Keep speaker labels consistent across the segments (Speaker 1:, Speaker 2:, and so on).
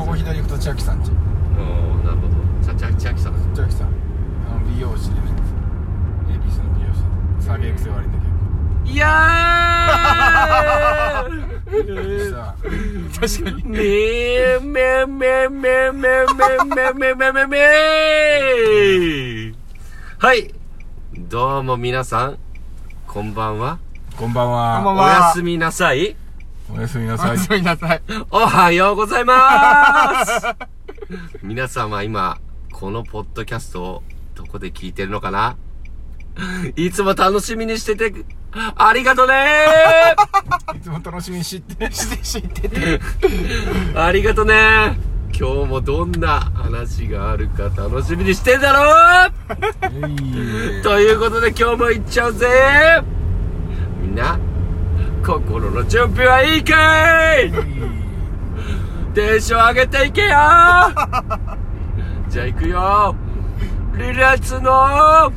Speaker 1: 千秋さんち
Speaker 2: おーなるほどさちゃちゃきさん
Speaker 1: 千秋さんあの美容師でね恵比寿の美容師下げ癖悪いんだ
Speaker 3: いや
Speaker 1: けど
Speaker 3: ー
Speaker 1: さ
Speaker 2: 確かに
Speaker 3: めーめーめーめーめーめーめーめーめーめーめーはいどうも皆さんこんばんは
Speaker 1: こんばん
Speaker 2: こんばん
Speaker 1: は
Speaker 2: は
Speaker 3: おやすみなさい
Speaker 1: おやすみな
Speaker 2: お
Speaker 1: さい
Speaker 2: やすみなさい
Speaker 3: おはようございます皆さんは今、このポッドキャストをどこで聞いてるのかないつも楽しみにしてて、ありがとね
Speaker 1: いつも楽しみに知って知って
Speaker 3: ありがとね今日もどんな話があるか楽しみにしてんだろということで今日も行っちゃうぜみんな、心の準備はいいかいテンション上げてい けよじゃあいくよリラッツの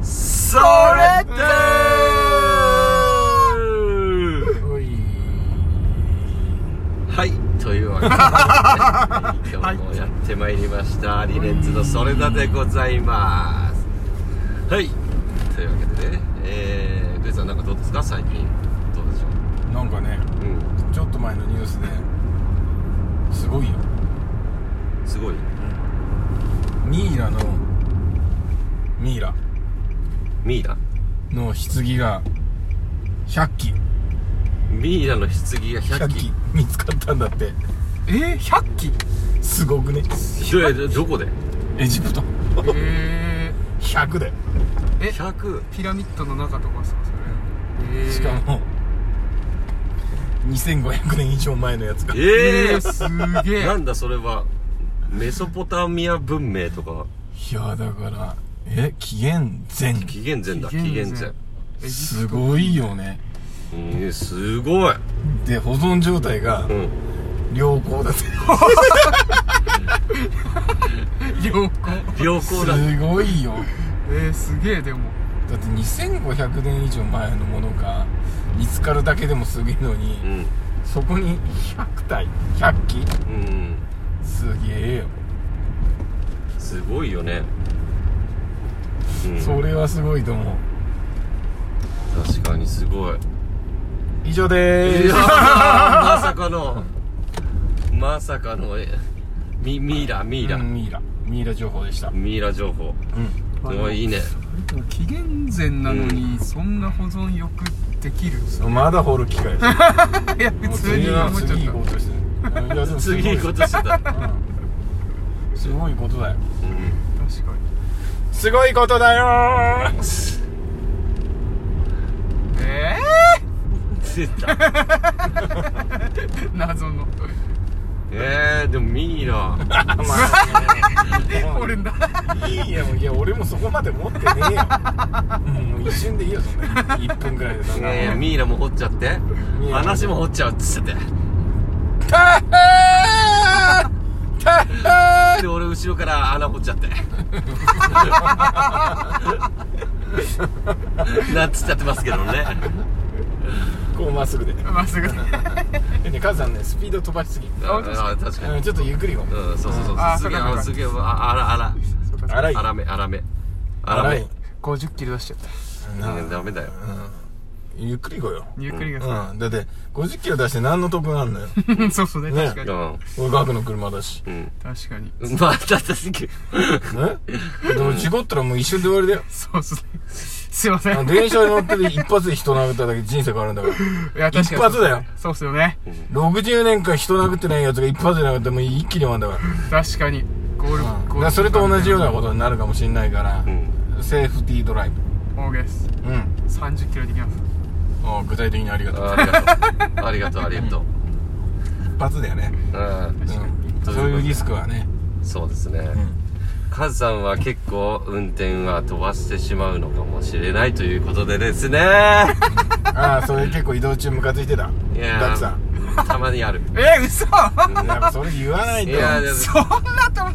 Speaker 3: それって
Speaker 1: おい
Speaker 3: はいというわけで今日もやってまいりました、リレッツのそれだでございますはいというわけでねえー、グイさんなんかどうですか最近どうでしょ
Speaker 1: なんかね
Speaker 3: うう
Speaker 1: ちょっと前のニュースですごいよ
Speaker 3: んすごい
Speaker 1: ミイラのミイラ
Speaker 3: ミイラ
Speaker 1: の棺が100基
Speaker 3: ミイラの棺が100
Speaker 1: 100
Speaker 3: 基
Speaker 1: 基見つかったんだってえ100基すごくね
Speaker 3: いやいやどこで
Speaker 1: エジプト
Speaker 2: え
Speaker 1: 100だよ
Speaker 2: え
Speaker 3: 100?
Speaker 2: ー、ピラミッドの中とかさそれえー、
Speaker 1: しかも2500年以上前のやつが
Speaker 3: ええ
Speaker 2: えー、
Speaker 3: ー、
Speaker 2: すげえ
Speaker 3: なんだそれはメソポタミア文明とか
Speaker 1: いやだからえ紀元前
Speaker 3: 紀元前だ紀
Speaker 2: 紀元
Speaker 3: 元
Speaker 2: 前
Speaker 3: 前
Speaker 1: すごいよね
Speaker 3: うんすごい、
Speaker 1: で保存状態が
Speaker 3: うん、
Speaker 1: 良好だ って
Speaker 2: 良好
Speaker 3: 良好だ
Speaker 1: すごいよ
Speaker 2: えー、すげえでも
Speaker 1: だって2500年以上前のものが見つかるだけでもすげえのに、
Speaker 3: うん
Speaker 1: そこに100体100機
Speaker 3: うん
Speaker 1: すげえよ、
Speaker 3: すごいよね、うん、
Speaker 1: それはすごいと思う
Speaker 3: 確かにすごい
Speaker 1: 以上で
Speaker 3: い
Speaker 1: ー
Speaker 3: や
Speaker 1: す
Speaker 3: ーまさかのまさかのえミミイラミイラ、
Speaker 1: うんミイラミイラ情報でした、
Speaker 3: ミイラ情報
Speaker 1: うん、
Speaker 3: すごいいいね
Speaker 2: でも紀元前なのにそんな保存よくできる、
Speaker 1: まだ掘る機会
Speaker 2: いや普通に思っちゃっ
Speaker 1: 次行
Speaker 2: た
Speaker 1: こうとしてるいやでもすご
Speaker 3: 次
Speaker 1: い
Speaker 3: 行こうとして た、
Speaker 1: うんすごいことだよ
Speaker 3: うん、
Speaker 2: 確かに
Speaker 1: すごいことだよー
Speaker 2: え
Speaker 3: 出た
Speaker 2: えー、謎の
Speaker 3: えー、でもミイラ
Speaker 2: 俺な
Speaker 1: いいやもういや俺もそこまで持ってねえようんもう一瞬でいいよそんな1分ぐらいでそんなもん
Speaker 3: ねえミイラも掘っちゃって
Speaker 1: ミイラ
Speaker 3: 話も掘っちゃうっつってで俺後ろから穴掘っちゃって なんつっちゃってますけどね
Speaker 1: こうまっすぐで
Speaker 2: まっすぐ
Speaker 1: でねカズさんねスピード飛ばしすぎ
Speaker 3: あ
Speaker 2: 本当ですか
Speaker 3: あ確か
Speaker 1: う
Speaker 3: に
Speaker 1: んちょっとゆっくり行こう
Speaker 3: うんそうそうそう
Speaker 2: あ
Speaker 3: すげえ
Speaker 2: そうか
Speaker 3: あ
Speaker 2: そうか
Speaker 3: すげえああらあら
Speaker 1: 荒い
Speaker 3: あらめあらめあら
Speaker 1: 荒
Speaker 3: め
Speaker 1: い
Speaker 2: 50キロ出しちゃった
Speaker 1: なあ
Speaker 3: うんダメだよ
Speaker 1: ゆっくり行こうよ
Speaker 2: ゆっくりがさ、
Speaker 1: うんだって50キロ出して何の得があんのよ
Speaker 2: そうそうね
Speaker 1: ね
Speaker 2: 確か
Speaker 3: う
Speaker 2: に、
Speaker 3: ん
Speaker 1: 俺ガクの車だし
Speaker 3: うん
Speaker 2: 確かに
Speaker 3: まあだってすげえ
Speaker 1: ねでも事故ったらもう一瞬で終わりだよ
Speaker 2: そうっすねすいません
Speaker 1: あの電車に乗ってて一発で人殴っただけで人生変わるんだから
Speaker 2: いや確か
Speaker 1: 一
Speaker 2: に
Speaker 1: 発だよ
Speaker 2: そうっすよね
Speaker 1: 60年間人殴ってないやつが一発で殴ってもう一気に終わるんだから
Speaker 2: 確かにゴー
Speaker 1: う
Speaker 2: ル、
Speaker 1: んだ
Speaker 2: ゴ
Speaker 1: か
Speaker 2: ー
Speaker 1: ら
Speaker 2: ル
Speaker 1: それと同じようなことになるかもしれないから、
Speaker 3: うん
Speaker 1: セーフティードライブ
Speaker 2: オーケーです
Speaker 1: うん
Speaker 2: 30キロできます
Speaker 1: おう具体的にありがとう
Speaker 3: ありがとうありが とうありがとう
Speaker 1: 一発だよね、
Speaker 3: うん
Speaker 2: 確かに
Speaker 1: うんそういうリスクはね
Speaker 3: そうですね、カズさんは結構運転は飛ばしてしまうのかもしれないということでですね
Speaker 1: ああそれ結構移動中ムカついてた
Speaker 3: いやー
Speaker 1: ガクさん
Speaker 3: たまにある
Speaker 2: えー、嘘
Speaker 1: やっぱそれ言わない
Speaker 3: い
Speaker 1: と
Speaker 3: やでも
Speaker 2: そんな飛ば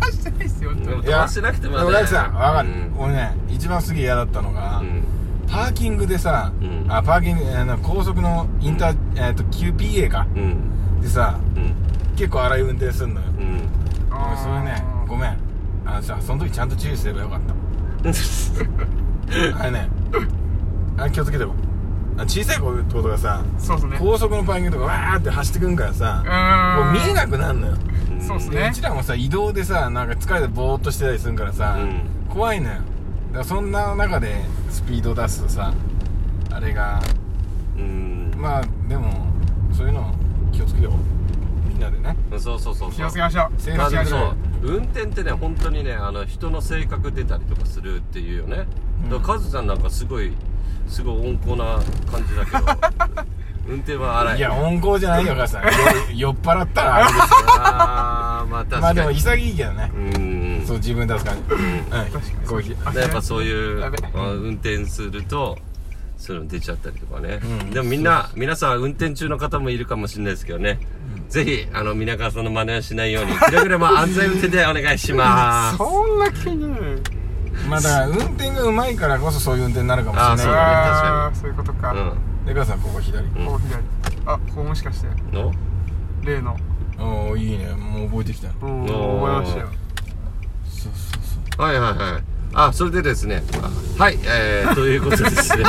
Speaker 2: してないっすよ
Speaker 3: でも
Speaker 1: い
Speaker 3: 飛
Speaker 1: や
Speaker 3: ばしてなくても
Speaker 1: でもガクさんわかる、
Speaker 3: うん
Speaker 1: 俺ね一番すげえ嫌だったのが、
Speaker 3: うん
Speaker 1: パーキングでさ、
Speaker 3: うん
Speaker 1: あパーキングあの高速のインター、えっと QPA か
Speaker 3: うん
Speaker 1: でさ
Speaker 3: うん
Speaker 1: 結構荒い運転すんのよ
Speaker 3: うん
Speaker 2: あ
Speaker 1: ごめんそれねごめんあのさその時ちゃんと注意すればよかったあれねあれ気をつけてよあ小さい子ってことがさ
Speaker 2: そうですね
Speaker 1: 高速のパーキングとかわーって走ってくんからさ
Speaker 2: う
Speaker 1: も
Speaker 2: ん
Speaker 1: う見えなくなるのよ
Speaker 2: そうです
Speaker 1: で
Speaker 2: ね
Speaker 1: うちらもさ移動でさなんか疲れてぼーっとしてたりするからさ、
Speaker 3: うん
Speaker 1: 怖いのよだからそんな中でスピード出すとさあれが
Speaker 3: うん
Speaker 1: まあでもそういうの気をつけようみんなでね
Speaker 3: そうそうそうそう
Speaker 2: 気をつけましょう
Speaker 1: 生
Speaker 3: まあ
Speaker 1: 活
Speaker 3: で
Speaker 1: や
Speaker 3: も
Speaker 1: る
Speaker 3: そう運転ってね本当にねあの人の性格出たりとかするっていうよね、だからカズさんなんかすごいすごい温厚な感じ だけど運転は荒い
Speaker 1: いや温厚じゃないよ 母さんよ酔っ払ったらあれです
Speaker 3: あーまあ確かに
Speaker 1: まあでも潔いけどね
Speaker 3: うんうん
Speaker 1: そう自分出す感じはいこういう
Speaker 3: だからやっぱそういう
Speaker 2: やべ
Speaker 3: まあ運転するとそういうの出ちゃったりとかね、
Speaker 1: うん
Speaker 3: でもみんな皆さん運転中の方もいるかもしれないですけどね、ぜひあの皆川さんの真似をしないようにくれぐれも安全運転でお願いしま す
Speaker 2: そんな気に
Speaker 1: まあだから運転がうまいからこそそういう運転になるかもしれない
Speaker 3: あーそうだね
Speaker 2: ああそういうことか、
Speaker 3: う
Speaker 2: こ
Speaker 3: ん
Speaker 1: で母さんここ左
Speaker 2: う左あこうもしかして
Speaker 3: の
Speaker 2: 例の
Speaker 1: おおいいねもう覚えてきた
Speaker 2: うん
Speaker 3: おー
Speaker 2: 覚えましたよ
Speaker 1: そうそうそう
Speaker 3: はいはいはい。あ、それでですね。あはい、えー、ということでですね。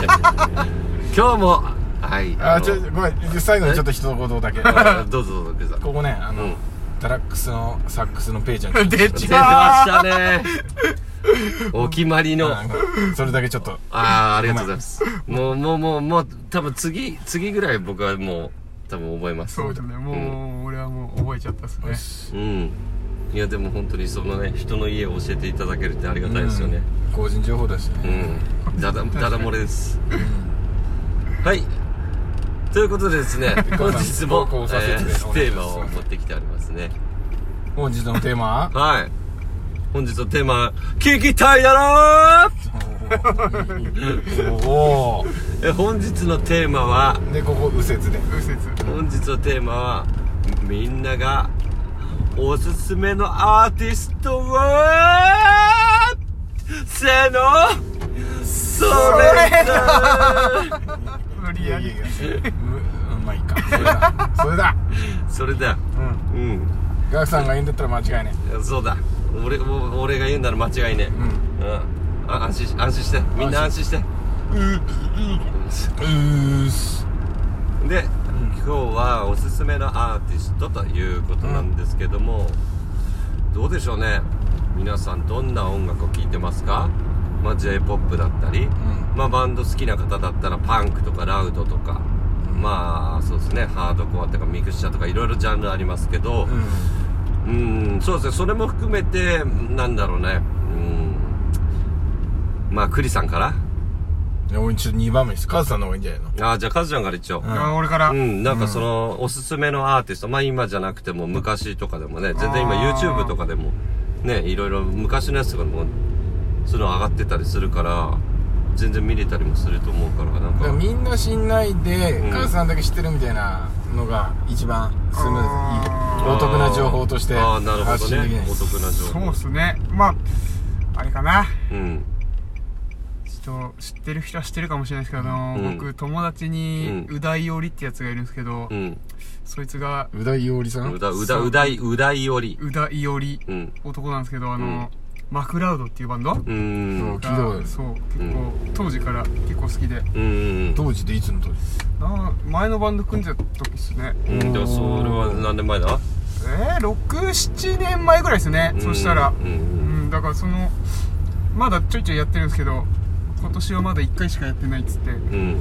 Speaker 3: 今日も、はい。
Speaker 1: あ
Speaker 3: の
Speaker 1: ちょごめん最後にちょっと一言だけ
Speaker 3: あどうぞどうぞ、出た。
Speaker 1: ここねあ
Speaker 3: う
Speaker 1: の、
Speaker 3: ん。
Speaker 1: ダラックスのサックスのペイちゃんに
Speaker 2: 出
Speaker 3: 出て
Speaker 2: ち
Speaker 3: ま
Speaker 2: ゃ
Speaker 3: したね。お決まりの。
Speaker 1: あ
Speaker 3: あ
Speaker 1: それだけちょっと
Speaker 3: あー、ありがとうございます。もう、もう、もう、もう、多分次、次ぐらい僕はもう、多分覚えます。
Speaker 2: そうだねもう、俺はもう覚えちゃったっすね
Speaker 3: うん。いや、でも本当にそのね、人の家を教えていただけるってありがたいですよね。
Speaker 1: うん個人情報だし
Speaker 3: う
Speaker 1: ね
Speaker 3: ん。だだ、だだ漏れです。はい。という ことでですね、本日も、
Speaker 1: ごご左
Speaker 3: え
Speaker 1: 折で
Speaker 3: ーテーマを持ってきてありますね。
Speaker 1: 本日のテー マ
Speaker 3: はい。本日のテーマ、聞きたいだろ
Speaker 1: おお
Speaker 3: ーえ本日のテーマは、
Speaker 1: でここ右折で
Speaker 2: 右折
Speaker 3: 本日のテーマは、みんなが、おすすめのアーティストは、せーの、それだ
Speaker 2: 無理
Speaker 1: いや
Speaker 2: や
Speaker 1: い
Speaker 2: り
Speaker 1: やいやううんまあいいかそれだそれだ
Speaker 3: それだ。
Speaker 1: うん
Speaker 3: うん。
Speaker 1: ガクさんが言うんだったら間違いね
Speaker 3: そうだ俺も俺が言うなら間違いね
Speaker 1: うん
Speaker 3: うん、あ安心し安心してみんな安心して
Speaker 1: うーす
Speaker 3: で、今日はおすすめのアーティストということなんですけども、どうでしょうね皆さんどんな音楽を聴いてますか、まあ、j p o p だったり、
Speaker 1: ん
Speaker 3: まあ、バンド好きな方だったらパンクとかラウドとか、まあそうですねハードコアとかミクシャとかいろいろジャンルありますけ
Speaker 1: う
Speaker 3: ど、
Speaker 1: ん
Speaker 3: うんそうですねそれも含めてなんだろうねうんまあ栗さんから
Speaker 1: いや俺ちょっと2番目ですカズさんの方がいいんじゃないの
Speaker 3: ああじゃあカズちゃんから一応
Speaker 2: あ俺から、
Speaker 3: うん、なんかその、おすすめのアーティストまあ今じゃなくても昔とかでもね全然今
Speaker 2: あー
Speaker 3: YouTube とかでもねいろいろ昔のやつとかでもそういうの上がってたりするから全然見れたりもすると思うからな
Speaker 1: だ
Speaker 3: ん
Speaker 1: から
Speaker 3: か
Speaker 1: みんな知んないで、
Speaker 3: うん
Speaker 1: カズさんだけ知ってるみたいなのが一番スムーズい
Speaker 2: あ
Speaker 1: いお得な情報として
Speaker 3: ああなる
Speaker 1: 発
Speaker 3: ほど
Speaker 1: 信でき
Speaker 3: ね
Speaker 1: ないで
Speaker 3: お
Speaker 1: す
Speaker 3: 得な情報
Speaker 2: そうっすねまああれかな
Speaker 3: うん
Speaker 2: ちょっと知ってる人は知ってるかもしれないですけど、あの
Speaker 3: うん
Speaker 2: 僕友達に
Speaker 3: うん
Speaker 2: うだいおりってやつがいるんですけど、
Speaker 3: うん
Speaker 2: そいつが
Speaker 1: うだいおりさん
Speaker 3: うだうだうだいうだいより
Speaker 2: うだいおり
Speaker 3: うん
Speaker 2: 男なんですけどあの、
Speaker 3: うん
Speaker 2: マクラウドっていうバンド
Speaker 3: う
Speaker 1: うん
Speaker 3: ん
Speaker 1: 聞いたことない
Speaker 2: がそう結構、当時から結構好きで
Speaker 3: うん
Speaker 1: 当時でいつの当時
Speaker 2: な前のバンド組んでた時っすね
Speaker 3: うん、でもそれは何年前だ
Speaker 2: えー、67年前ぐらいですね、そしたら
Speaker 3: う
Speaker 2: うんんだからそのまだちょいちょいやってるんですけど今年はまだ1回しかやってないっつって
Speaker 3: うんうん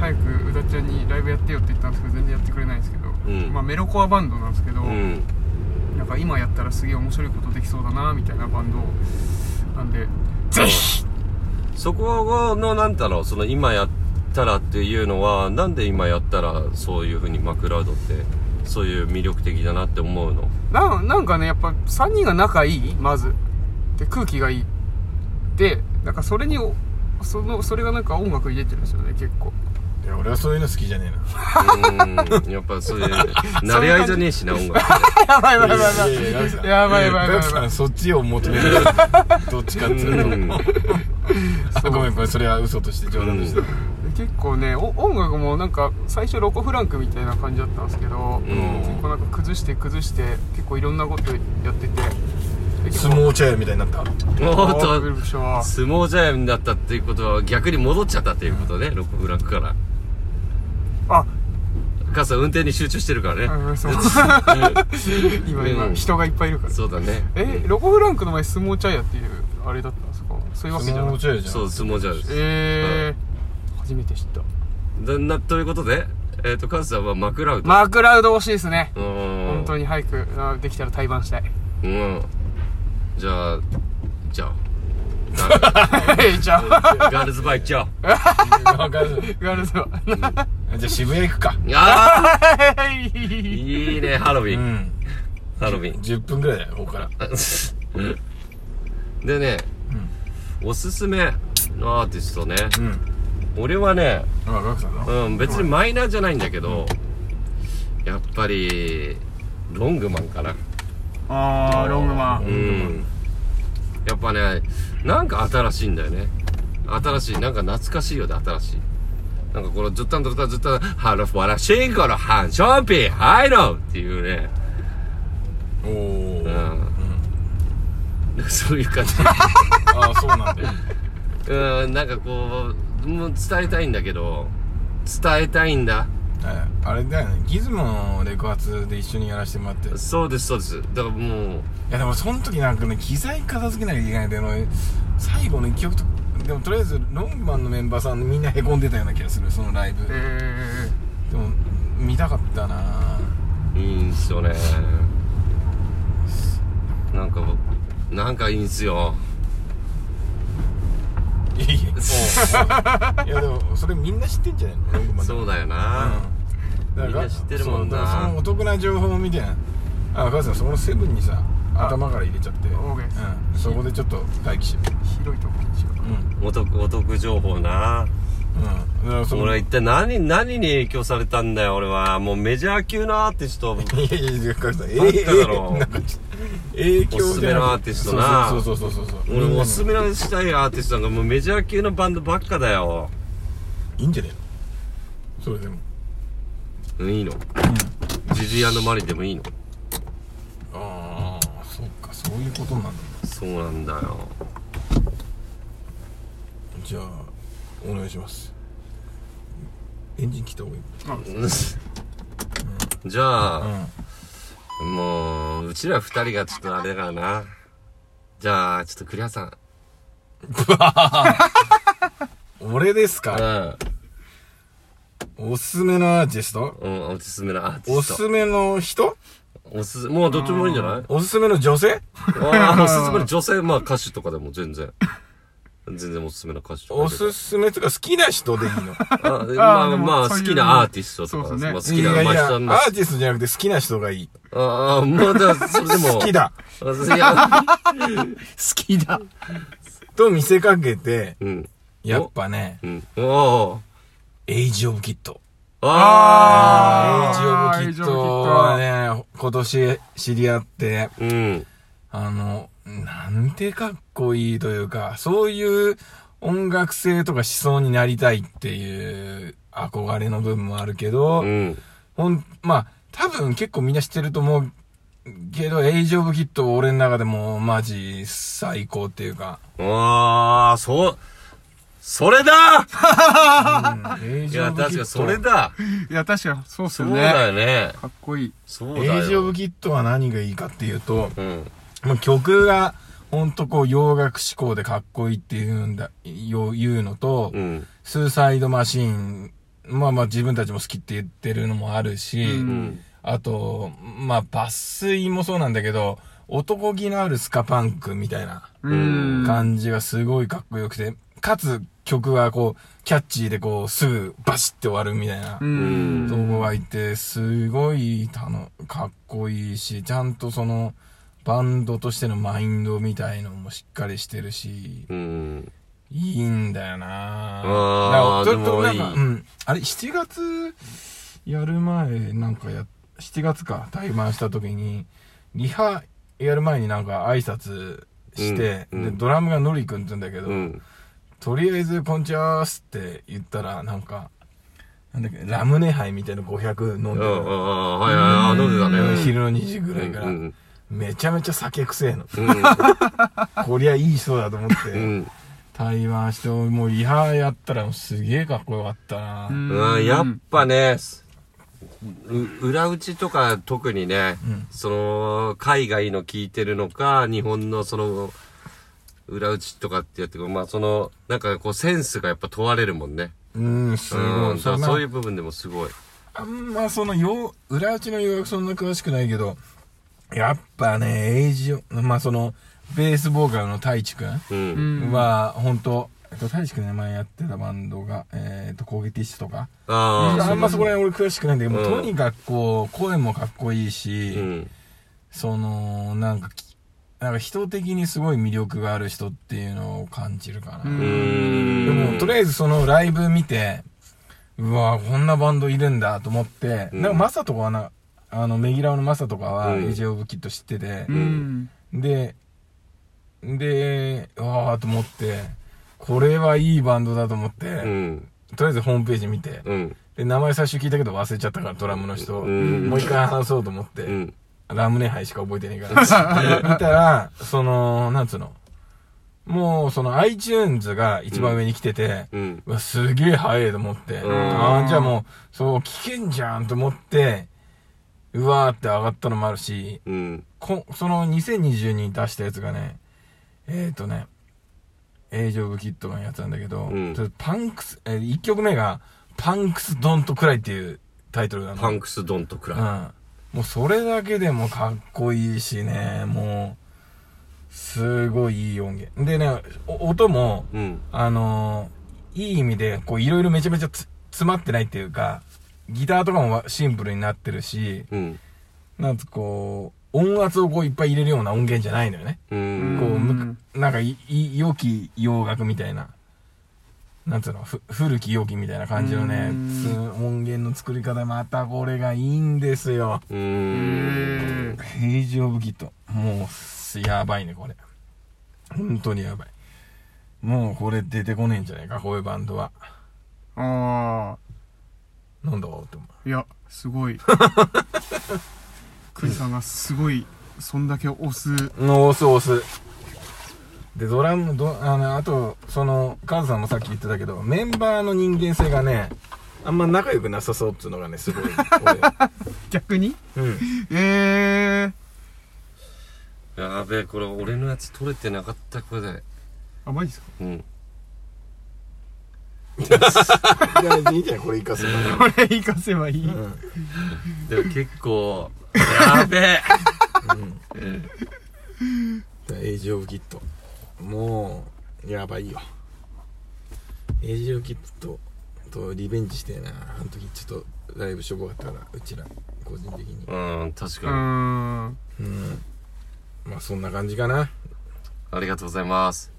Speaker 2: 早くうだちゃんにライブやってよって言ったんですけど全然やってくれないんですけど、
Speaker 3: ん
Speaker 2: まあ、メロコアバンドなんですけど、
Speaker 3: うん
Speaker 2: なんか今やったらすげえ面白いことできそうだなみたいなバンドなんでぜひ
Speaker 3: そこのなんだろうその今やったらっていうのはなんで今やったらそういうふうにマクラウドってそういう魅力的だなって思うの
Speaker 2: なんなんかねやっぱ3人が仲いいまずで空気がいいでなんかそれにおそのそれがなんか音楽に出てるんですよね結構
Speaker 1: いや俺はそういうの好きじゃねえな
Speaker 3: うんやっぱ そういう慣れ合いじゃねえしな音楽ね
Speaker 2: やばいやばいやばい
Speaker 1: やば
Speaker 2: やばいやばいやばいやばい
Speaker 1: そっちを求める どっちかっつう
Speaker 3: う
Speaker 1: と
Speaker 3: ん
Speaker 1: あごめんこれそれは嘘として冗談として
Speaker 2: 結構ねお音楽もなんか最初ロコ・フランクみたいな感じだったんですけど、結構なんか崩して崩して結構いろんなことやっててで結
Speaker 1: 相
Speaker 2: 構
Speaker 1: 撲茶屋みたいになった
Speaker 3: おっと
Speaker 2: あーびっくりした
Speaker 3: 相撲茶屋になったっていうことは逆に戻っちゃったっていうことねロコフランクから
Speaker 2: あ
Speaker 3: 母さん運転に集中してるからね、
Speaker 2: うんそう今
Speaker 3: うん
Speaker 2: 今人がいっぱいいるから
Speaker 3: そうだね
Speaker 2: えロコ・フランクの前相撲茶屋っていうあれだったんですかそういうわけじゃ
Speaker 1: 相
Speaker 2: な
Speaker 1: 撲
Speaker 2: い
Speaker 1: 茶屋じゃん
Speaker 3: そう相撲茶屋です
Speaker 2: えー、初めて知った
Speaker 3: だなということでえっ、と母さんはマクラウド
Speaker 2: マークラウド惜しいですね
Speaker 3: うん
Speaker 2: 本当に早くあできたら対バンしたい
Speaker 3: うんじゃあじゃあ
Speaker 2: じゃあ
Speaker 3: ガールガールズバイ行っちゃおう
Speaker 1: わかる
Speaker 2: ガールズは
Speaker 1: じゃあ渋谷行くか
Speaker 3: あー
Speaker 2: はい
Speaker 3: いいねハロウ
Speaker 1: う
Speaker 3: ィン、
Speaker 1: ん
Speaker 3: ハロウィン
Speaker 1: 10分ぐらいだよここから
Speaker 3: でね、おすすめのアーティストね
Speaker 1: うん
Speaker 3: 俺はね
Speaker 1: あガクさんの
Speaker 3: うん別にマイナーじゃないんだけど、やっぱりロングマンかな
Speaker 2: あーロングマ
Speaker 3: う
Speaker 2: ン
Speaker 3: んやっぱねなんか新しいんだよね新しいなんか懐かしいよね新しいなんかこのずったんずったんずったんハロファラシンコのハンションピーハイローっていうね
Speaker 1: おお
Speaker 3: うん、
Speaker 1: あ
Speaker 3: なんかそういう感じ
Speaker 1: あそうなんだよ
Speaker 3: うんなんかこうもう伝えたいんだけど伝えたいんだ
Speaker 1: えあれだよねギズモのレコ発で一緒にやらせてもらってい
Speaker 3: そうですそうですだからもう
Speaker 1: やでもその時なんかね機材片付けなきゃいけないんだよね最後の一曲とでもとりあえずロングマンのメンバーさんみんなへこんでたような気がするそのライブで
Speaker 2: え
Speaker 1: も見たかったない
Speaker 3: いんすよねなんか僕なんかいいんすよ
Speaker 1: いやいやおうおういやでもそれみんな知ってんじゃないのロングマン
Speaker 3: そうだよな、
Speaker 1: だ
Speaker 3: みん
Speaker 1: から
Speaker 3: な知ってるもんな
Speaker 1: そうだからそのお得な情報を見てあ母さんそこのセブンにさ頭から入れちゃって
Speaker 2: オーケーです
Speaker 1: うん、そこでちょっと待機して
Speaker 2: ー、広いとこにしよう
Speaker 1: うんうん
Speaker 3: お得お得情報な
Speaker 1: だからその
Speaker 3: 俺は一体何何に影響されたんだよ俺はもうメジャー級のアーティスト
Speaker 1: いやいやいや、かさん、え
Speaker 3: だっただろう
Speaker 1: なんかちょっと影響じゃなくて
Speaker 3: おすすめのアーティストな
Speaker 1: そうそうそうそうそうそう。
Speaker 3: 俺おすす
Speaker 1: す
Speaker 3: めしたいアーティストなんかもうメジャー級のバンドばっかだよ
Speaker 1: いいんじゃねえのそれでも。
Speaker 3: うんいいのジジアンドマリでもいいの
Speaker 1: ああ、そうか、そういうことなんだ。
Speaker 3: そうなんだよ
Speaker 1: じゃあ、お願いします。エンジン切った方がいい。
Speaker 3: うんじゃあ、もう、うちら二人がちょっとあれだからな。じゃあ、ちょっと栗原さん。
Speaker 1: うん。俺ですか
Speaker 3: う
Speaker 1: おすすめのアーティスト
Speaker 3: ん。うん、おすすめのアーティ
Speaker 1: お
Speaker 3: スト。
Speaker 1: すすめの人
Speaker 3: おすすもうどっちもいいんじゃない
Speaker 1: おすすめの女性
Speaker 3: あーおすすめの女性、まあ歌手とかでも全然。全然おすすめの歌手とかでも。
Speaker 1: おすすめとか好きな人でいい の
Speaker 3: あでま
Speaker 2: で
Speaker 3: あ
Speaker 2: も
Speaker 3: まあ、
Speaker 2: そう
Speaker 3: 好
Speaker 2: いう
Speaker 3: きなアーティストと
Speaker 2: そ
Speaker 3: か、
Speaker 2: うですね
Speaker 3: まあ好
Speaker 1: い
Speaker 3: きな、
Speaker 1: やい
Speaker 3: まあ
Speaker 1: や、ア
Speaker 3: 人の。あ
Speaker 1: ーティストじゃなくて好きな人がいい。
Speaker 3: あ、まあだから、それでも。
Speaker 1: 好き。だ。
Speaker 3: いや、
Speaker 2: 好きだ
Speaker 1: と見せかけて、
Speaker 3: うん。
Speaker 1: やっぱね、
Speaker 3: うん。おお。
Speaker 1: エイジ・オブ・キッド。
Speaker 3: あ
Speaker 2: あ
Speaker 1: エ
Speaker 2: ー
Speaker 1: イジ・オブ・キッドはね、今年知り合って、
Speaker 3: あ。うん。
Speaker 1: あの、なんてかっこいいというか、そういう音楽性とか思想になりたいっていう憧れの部分もあるけど、
Speaker 3: うん。
Speaker 1: ほん、まあ、多分結構みんな知ってると思うけど、エイジ・オブ・キッドは俺の中でもマジ最高っていうか、
Speaker 3: ああ、そう、それだ
Speaker 1: エイ
Speaker 3: い
Speaker 1: ジ・オ
Speaker 3: や、
Speaker 1: ブ・
Speaker 3: 確
Speaker 1: キ
Speaker 3: かにそれ
Speaker 1: ッ
Speaker 3: だ。
Speaker 2: いや確かにそうっす
Speaker 3: そ
Speaker 2: よ
Speaker 3: うだ
Speaker 2: ね
Speaker 3: よね。
Speaker 2: かっこいい
Speaker 3: そう
Speaker 1: ド。
Speaker 3: だよ。
Speaker 1: エイジ・オブ・キッドは何がいいかっていうと、
Speaker 3: うん。
Speaker 1: まあ、曲が、ほんとこう、洋楽志向でかっこいいっていうんだ、よ言うのと、
Speaker 3: うん。
Speaker 1: スーサイドマシーン、まあまあ自分たちも好きって言ってるのもあるし、
Speaker 3: うん。
Speaker 1: あと、まあ、抜粋もそうなんだけど、男気のあるスカパンクみたいな
Speaker 2: うん
Speaker 1: 感じがすごいかっこよくて、かつ曲はこう、キャッチーでこう、すぐバシッて終わるみたいな。
Speaker 2: うん
Speaker 1: 動画がいて、すごい、たの、かっこいいし、ちゃんとその、バンドとしてのマインドみたいのもしっかりしてるし、
Speaker 3: うん。
Speaker 1: いいんだよなな
Speaker 3: あー
Speaker 1: んかちょっとなん
Speaker 3: でも
Speaker 1: か、
Speaker 3: いい
Speaker 1: うん。あれ、7月、やる前、なんかや、7月か、対バンした時に、リハやる前になんか挨拶して、
Speaker 3: うんう
Speaker 1: で、
Speaker 3: ん
Speaker 1: ドラムがノリ君って言うんだけど、
Speaker 3: うん。
Speaker 1: とりあえず、こんちゃーすって言ったら、なんか、なんだっけ、ラムネ杯みたいな500飲ん
Speaker 3: うん
Speaker 1: で
Speaker 3: う
Speaker 1: る
Speaker 3: んうん。はいはいはい。飲んでたね。
Speaker 1: うん昼の2時ぐらいから、
Speaker 3: うん
Speaker 1: めちゃめちゃ酒くせえの。
Speaker 3: うん。
Speaker 1: こりゃいい人だと思っ
Speaker 3: う
Speaker 1: て、
Speaker 3: ん。
Speaker 1: 台湾して、もうリハやったらすげえかっこよかったな。
Speaker 3: うん、やっぱね、う裏打ちとか特にね、
Speaker 1: うん
Speaker 3: その、海外の聞いてるのか、日本のその、裏打ちとかってやってくる、まあその、なんかこうセンスがやっぱ問われるもんね。
Speaker 1: うん、すご
Speaker 3: う
Speaker 1: い。
Speaker 3: ん、
Speaker 1: そ
Speaker 3: そ
Speaker 1: んな
Speaker 3: そういう部分でもすごい。
Speaker 1: あんまそのよう、裏打ちの洋楽そんな詳しくないけど、やっぱね、エイジ、まあその、ベースボーカルの太一くん
Speaker 3: う。
Speaker 2: うんん
Speaker 1: は、ほんと、えっと、太一くんね、前やってたバンドが、えっと、攻撃ティッシュとか。
Speaker 3: ああ、
Speaker 1: あんまそこ
Speaker 3: ら
Speaker 1: ら辺俺詳しくないんだけど、
Speaker 3: う
Speaker 1: と
Speaker 3: ん
Speaker 1: にかくこう、声もかっこいいし、
Speaker 3: うん。
Speaker 1: その、なんかき、なんか人的にすごい魅力がある人っていうのを感じるかな。
Speaker 2: う
Speaker 3: うんん。
Speaker 1: でも、とりあえずそのライブ見て、うわこんなバンドいるんだと思って、
Speaker 3: うん
Speaker 1: なんかマサとかはな、あの、メギラオのマサとかは、
Speaker 3: うん
Speaker 1: エイジオブキッド知ってて
Speaker 2: う、ん
Speaker 1: で、で、うわーと思って、これはいいバンドだと思って、
Speaker 3: うん。
Speaker 1: とりあえずホームページ見て、
Speaker 3: うん。
Speaker 1: で、名前最初聞いたけど忘れちゃったから、ドラムの人。
Speaker 3: うん
Speaker 1: もう一回話そうと思って、
Speaker 3: うん。
Speaker 1: ラムネ杯しか覚えてないから。見たら、その、なんつうの。もう、その iTunes が一番上に来てて、
Speaker 3: うん。
Speaker 1: うわすげえ早いと思って、ああ、じゃあもう、そう、聞けんじゃんと思って、うわーって上がったのもあるし、
Speaker 3: うん。
Speaker 1: こその2020に出したやつがね、えっ、ー、とね、エイジオブキッドのやつなんだけど、
Speaker 3: うん
Speaker 1: ちょっとパンクス、え1曲目が、パンクスドンとくらいっていうタイトルなの。
Speaker 3: パンクスドンとく
Speaker 1: うん。
Speaker 3: らい。
Speaker 1: もうそれだけでもかっこいいしね、もう、すごいいい音源。でね、お音も、
Speaker 3: うん。
Speaker 1: あのーいい意味で、こう、いろいろめちゃめちゃつ詰まってないっていうか、ギターとかもわシンプルになってるし、
Speaker 3: うん。
Speaker 1: なんつこう、音圧をこういっぱい入れるような音源じゃないのよね。
Speaker 3: う。、
Speaker 1: こうんむくなんかい、い良き洋楽みたいな、なんつうの、ふ古き良きみたいな感じのね
Speaker 2: う、ん
Speaker 1: つ音源の作り方、またこれがいいんですよ。
Speaker 3: う。
Speaker 2: うんん
Speaker 1: ヘイジオブキット。もうす、やばいね、これ。本当にやばい。もうこれ出てこねえんじゃないか、こういうバンドは。
Speaker 2: あ
Speaker 1: なんだろうって思
Speaker 2: あいやすごいクリさんがすごいそんだけ押す
Speaker 1: う。の押す押す。で、ドラム、ド、あの、あと、その、カズさんもさっき言ってたけど、メンバーの人間性がね、あんま仲良くなさそうっていうのがね、すごい。
Speaker 2: 逆に
Speaker 1: 俺うん。
Speaker 2: ええ
Speaker 3: やべえ、これ俺のやつ取れてなかった、これで。
Speaker 2: あマジですか
Speaker 3: うん。
Speaker 1: いや、いいじゃん、これ生かすの。
Speaker 2: これ活かせばいい
Speaker 3: でも結構、やべえ。
Speaker 1: エイジオブキット。もう、やばいよ。エイジオブキットととリベンジしてえな。あの時ちょっとライブしょぼかったから、うちら、個人的に。
Speaker 3: うん、確
Speaker 2: う
Speaker 3: かに。
Speaker 2: ーん
Speaker 1: うん。まあそんな感じかな。
Speaker 3: ありがとうございます。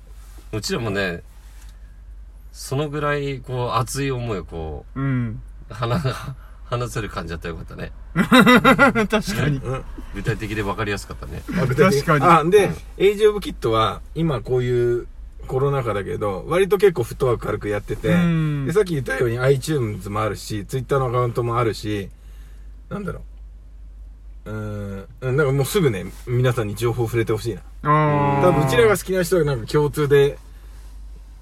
Speaker 3: うちらもね、そのぐらい、こう、熱い思いをこ
Speaker 2: うん
Speaker 3: う、鼻が、話せる感じだったらよかったね。
Speaker 2: 確かに
Speaker 1: うん。
Speaker 3: 具体的で分かりやすかったね。
Speaker 2: 確かに
Speaker 1: あ、で、エイジオブキットは、今こういうコロナ禍だけど、割と結構フットワーク軽くやってて、
Speaker 2: うん
Speaker 1: でさっき言ったように iTunes もあるし、Twitter のアカウントもあるし、なんだろう。うーん、うんなんかもうすぐね、皆さんに情報触れてほしいな。
Speaker 2: あ
Speaker 1: 多分うちらが
Speaker 2: 好
Speaker 1: 好きな人がなんか共通で、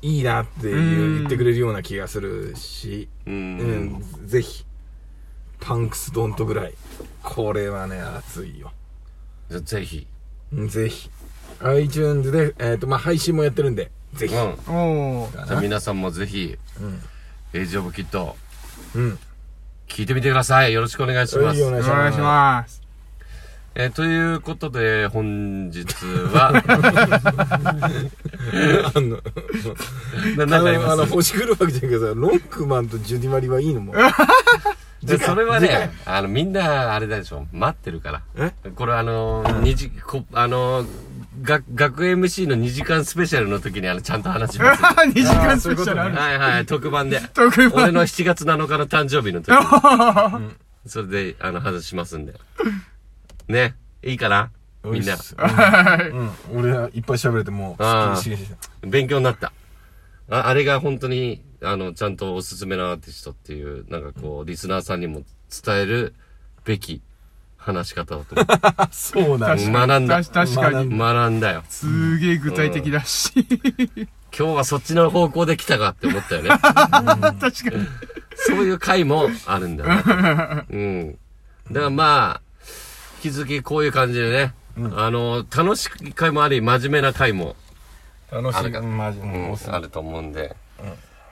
Speaker 1: いいなっていう
Speaker 2: うん
Speaker 1: 言ってくれるような気がするし、
Speaker 3: う。
Speaker 1: うんん、ぜひ、パンクスドントぐらい。これはね、熱いよ。
Speaker 3: じゃあぜひ。
Speaker 1: うんぜひ。iTunes で、えっ、と、まあ、配信もやってるんで、ぜひ。
Speaker 3: うん。じゃ
Speaker 2: きおー
Speaker 3: あ皆さんもぜひ、
Speaker 1: うん。
Speaker 3: エイジオブキット、
Speaker 1: うん。
Speaker 3: 聞いてみてください。よろしくお願いしま
Speaker 1: い
Speaker 3: す
Speaker 1: い。お願
Speaker 2: お
Speaker 1: いします。
Speaker 2: 願いします
Speaker 3: えーということで、本日は、
Speaker 1: あの、
Speaker 3: な
Speaker 1: あ
Speaker 3: なんかあり
Speaker 1: の、あの
Speaker 3: ます
Speaker 1: 星来るわけじゃないけどさ、ロンクマンとジュディマリはいいのもう。
Speaker 3: でそれは
Speaker 1: 次
Speaker 3: ね
Speaker 1: 回、
Speaker 3: あの、みんな、あれでしょ、待ってるから。
Speaker 1: え
Speaker 3: これあのー、二時、こ、あのー、が、学 MC の2時間スペシャルの時にあの、ちゃんと話 します。は
Speaker 2: 2時間スペシャルある
Speaker 3: いはい、特番で。
Speaker 2: 特番
Speaker 3: 俺の7月7日の誕生日 の時に。それで、あの、話しますんで。ね。いいかなみんな
Speaker 1: う。ん。うん俺はいっぱい喋れてもう、
Speaker 3: あー
Speaker 1: すっきりし
Speaker 3: 勉強になった。ああれが本当に、あの、ちゃんとおすすめのアーティストっていう、なんかこう、リスナーさんにも伝えるべき話し方だと 思って。
Speaker 1: あそうなん
Speaker 2: 確
Speaker 1: だ
Speaker 2: か
Speaker 3: 学ん
Speaker 2: に。
Speaker 3: だ
Speaker 2: 確確かに。
Speaker 3: 学んだよ。
Speaker 2: すげえ具体的だし。
Speaker 3: 今日はそっちの方向で来たかって思った よね。
Speaker 2: 確かに。
Speaker 3: そういう回もあるんだな。うん。だからまあ、引き続きこういう感じでね、あの、楽しい回もあり、真面目な回も、
Speaker 1: 楽
Speaker 3: あ
Speaker 1: し
Speaker 3: れ
Speaker 1: い
Speaker 3: が
Speaker 1: うんマジもう
Speaker 3: あると思うんで、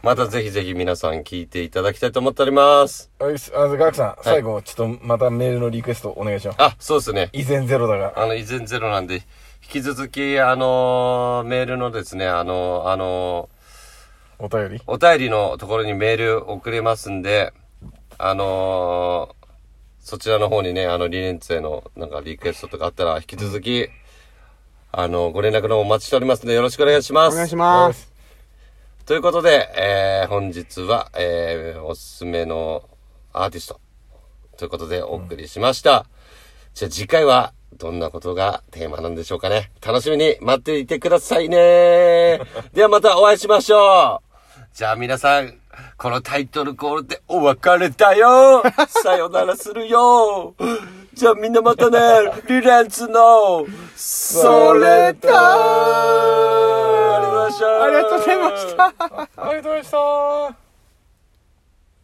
Speaker 3: またぜひぜひ皆さん聞いていただきたいと思っております。
Speaker 1: あいすあのガクさん最後ちょっとまたメールのリクエストお願いします
Speaker 3: あ、そうですね。
Speaker 1: 以前ゼロだが
Speaker 3: あの、依然ゼロなんで、引き続き、あのメールのですね、あのあの
Speaker 1: お便り
Speaker 3: お便りのところにメール送れますんで、あのーそちらの方にね、あの、リレンツェのなんかリクエストとかあったら、引き続き、あの、ご連絡の方お待ちしておりますので、よろしくお願いします。
Speaker 2: お願いします。
Speaker 3: ということで、えー本日は、えーおすすめのアーティスト、ということでお送りしました。じゃあ次回は、どんなことがテーマなんでしょうかね。楽しみに待っていてください ね。ではまたお会いしましょう。じゃあ皆さん、このタイトルコールでお別れだ よ。さよならするよ。じゃあみんなまたね、リレンツの、それだありがとうございました。
Speaker 2: ありがとうございました。
Speaker 1: ありがとうございました